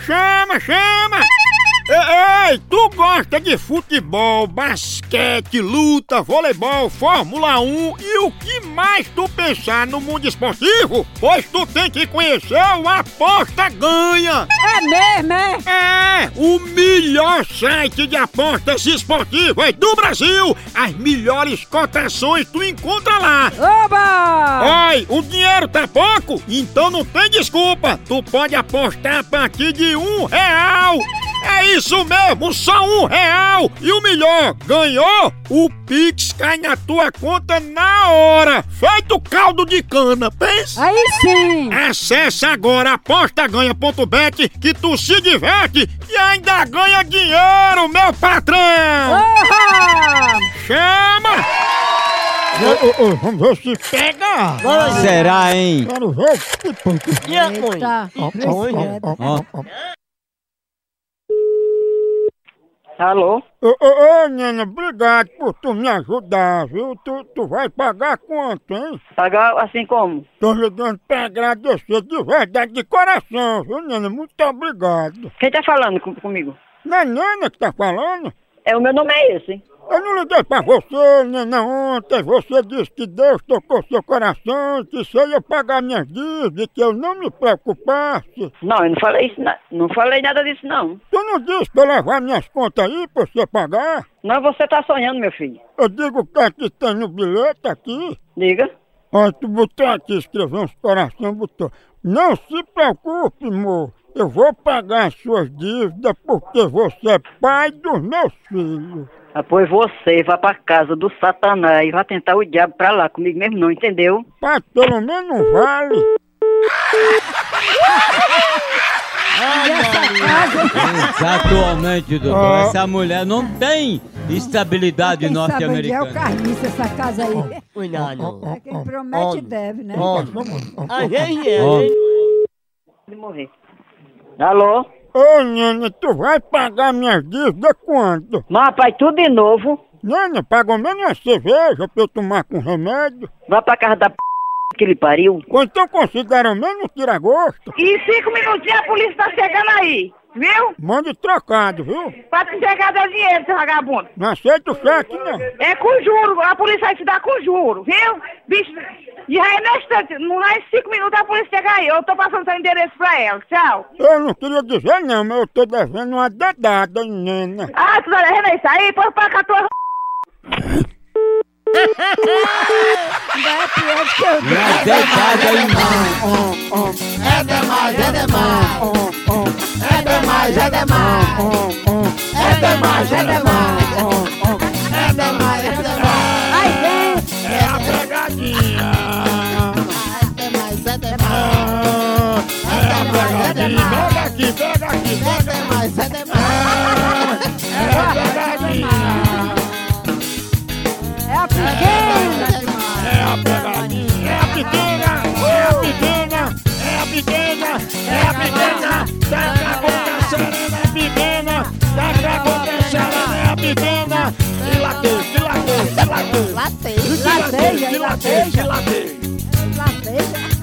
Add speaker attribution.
Speaker 1: chama, chama! Ei, ei, tu gosta de futebol, basquete, luta, voleibol, Fórmula 1 e o que mais tu pensar no mundo esportivo? Pois tu tem que conhecer o Aposta Ganha!
Speaker 2: É mesmo, é?
Speaker 1: É, o melhor site de apostas esportivas do Brasil! As melhores cotações tu encontra lá!
Speaker 2: Oba!
Speaker 1: Ai, o dinheiro tá pouco? Então não tem desculpa! Tu pode apostar a partir de um real! É isso mesmo, só um real! E o melhor, ganhou? O Pix cai na tua conta na hora! Feito caldo de cana, pensa!
Speaker 2: Aí sim!
Speaker 1: Acesse agora apostaganha.bet que tu se diverte e ainda ganha dinheiro, meu patrão!
Speaker 2: Oba!
Speaker 1: Chama! vamos ver se pega!
Speaker 3: Será, hein?
Speaker 1: Quero ver se
Speaker 2: Eita!
Speaker 4: Alô?
Speaker 1: Ô, ô, ô, Nena, obrigado por tu me ajudar, viu? Tu, tu vai pagar quanto, hein?
Speaker 4: Pagar assim como?
Speaker 1: Tô ligando pra agradecer de verdade, de coração, viu, Nena? Muito obrigado.
Speaker 4: Quem tá falando com- comigo?
Speaker 1: Não é Nena que tá falando?
Speaker 4: É, o meu nome é esse.
Speaker 1: Eu não liguei pra você, Nena, ontem. Você disse que Deus tocou seu coração, que se eu ia pagar minhas dívidas, que eu não me preocupasse.
Speaker 4: Não, eu não falei isso, na- não falei nada disso não.
Speaker 1: Tu não disse pra eu levar minhas contas aí pra você pagar?
Speaker 4: Não, você tá sonhando, meu filho.
Speaker 1: Eu digo o que é que tem no bilhete aqui.
Speaker 4: Diga.
Speaker 1: Olha, tu botou aqui, escreveu uns coração, botou. Não se preocupe, amor. Eu vou pagar as suas dívidas porque você é pai dos meus filhos.
Speaker 4: Ah, pois você vai pra casa do satanás e vai tentar o diabo pra lá comigo mesmo não, entendeu?
Speaker 1: Pai, pelo menos um vale.
Speaker 3: Exatamente, doutor.
Speaker 1: Ah.
Speaker 3: Essa mulher não tem estabilidade
Speaker 2: Quem sabe onde é o
Speaker 3: norte-americana.
Speaker 2: carniça essa casa aí.
Speaker 5: Cuidado.
Speaker 2: É Quem promete deve, né?
Speaker 5: A gente é.
Speaker 3: Ó,
Speaker 4: De morrer. Alô?
Speaker 1: Ô, Nina, tu vai pagar minhas dívidas quando?
Speaker 4: Mas, rapaz, tudo de novo.
Speaker 1: Nina, paga ao menos uma cerveja pra eu tomar com remédio.
Speaker 4: Vai pra casa da p... que ele pariu.
Speaker 1: Ou então considera ao menos um tiragosto.
Speaker 4: Em cinco minutinhos a polícia tá chegando aí, viu?
Speaker 1: Mande trocado, viu?
Speaker 4: Pra te entregar teu dinheiro, seu vagabundo.
Speaker 1: Não aceita o cheque, não.
Speaker 4: É com juro, a polícia vai te dar com juro, viu? Bicho, e aí na instante, não lá em cinco minutos a polícia chega aí. Eu tô passando seu endereço pra ela, tchau.
Speaker 1: Eu não queria dizer não, mas eu tô devendo uma dedada, hein, Nina.
Speaker 4: Ah, tu tá devendo isso aí? Põe pra cá tua...
Speaker 2: Ainda é pior do que eu
Speaker 3: Não é deitada aí, não.
Speaker 5: É demais, é demais. É demais, é demais. É demais, é demais. É demais, é demais.
Speaker 2: Ai, vem!
Speaker 1: É a pegadinha.
Speaker 5: É demais, é demais.
Speaker 1: É a pegadinha. Pega aqui, pega aqui.
Speaker 5: É demais, é demais.
Speaker 1: É a pegadinha.
Speaker 2: É a pequena!
Speaker 1: É a pegadinha. É a pequena. É a pequena. É a pequena. É a pequena. Daqui a pouco a serena é pequena. Daqui a pouco a serena é pequena. Dilatei, dilatei, dilatei.
Speaker 5: Latei.
Speaker 2: Lateja, lateja,
Speaker 1: dilatei.
Speaker 2: lateja!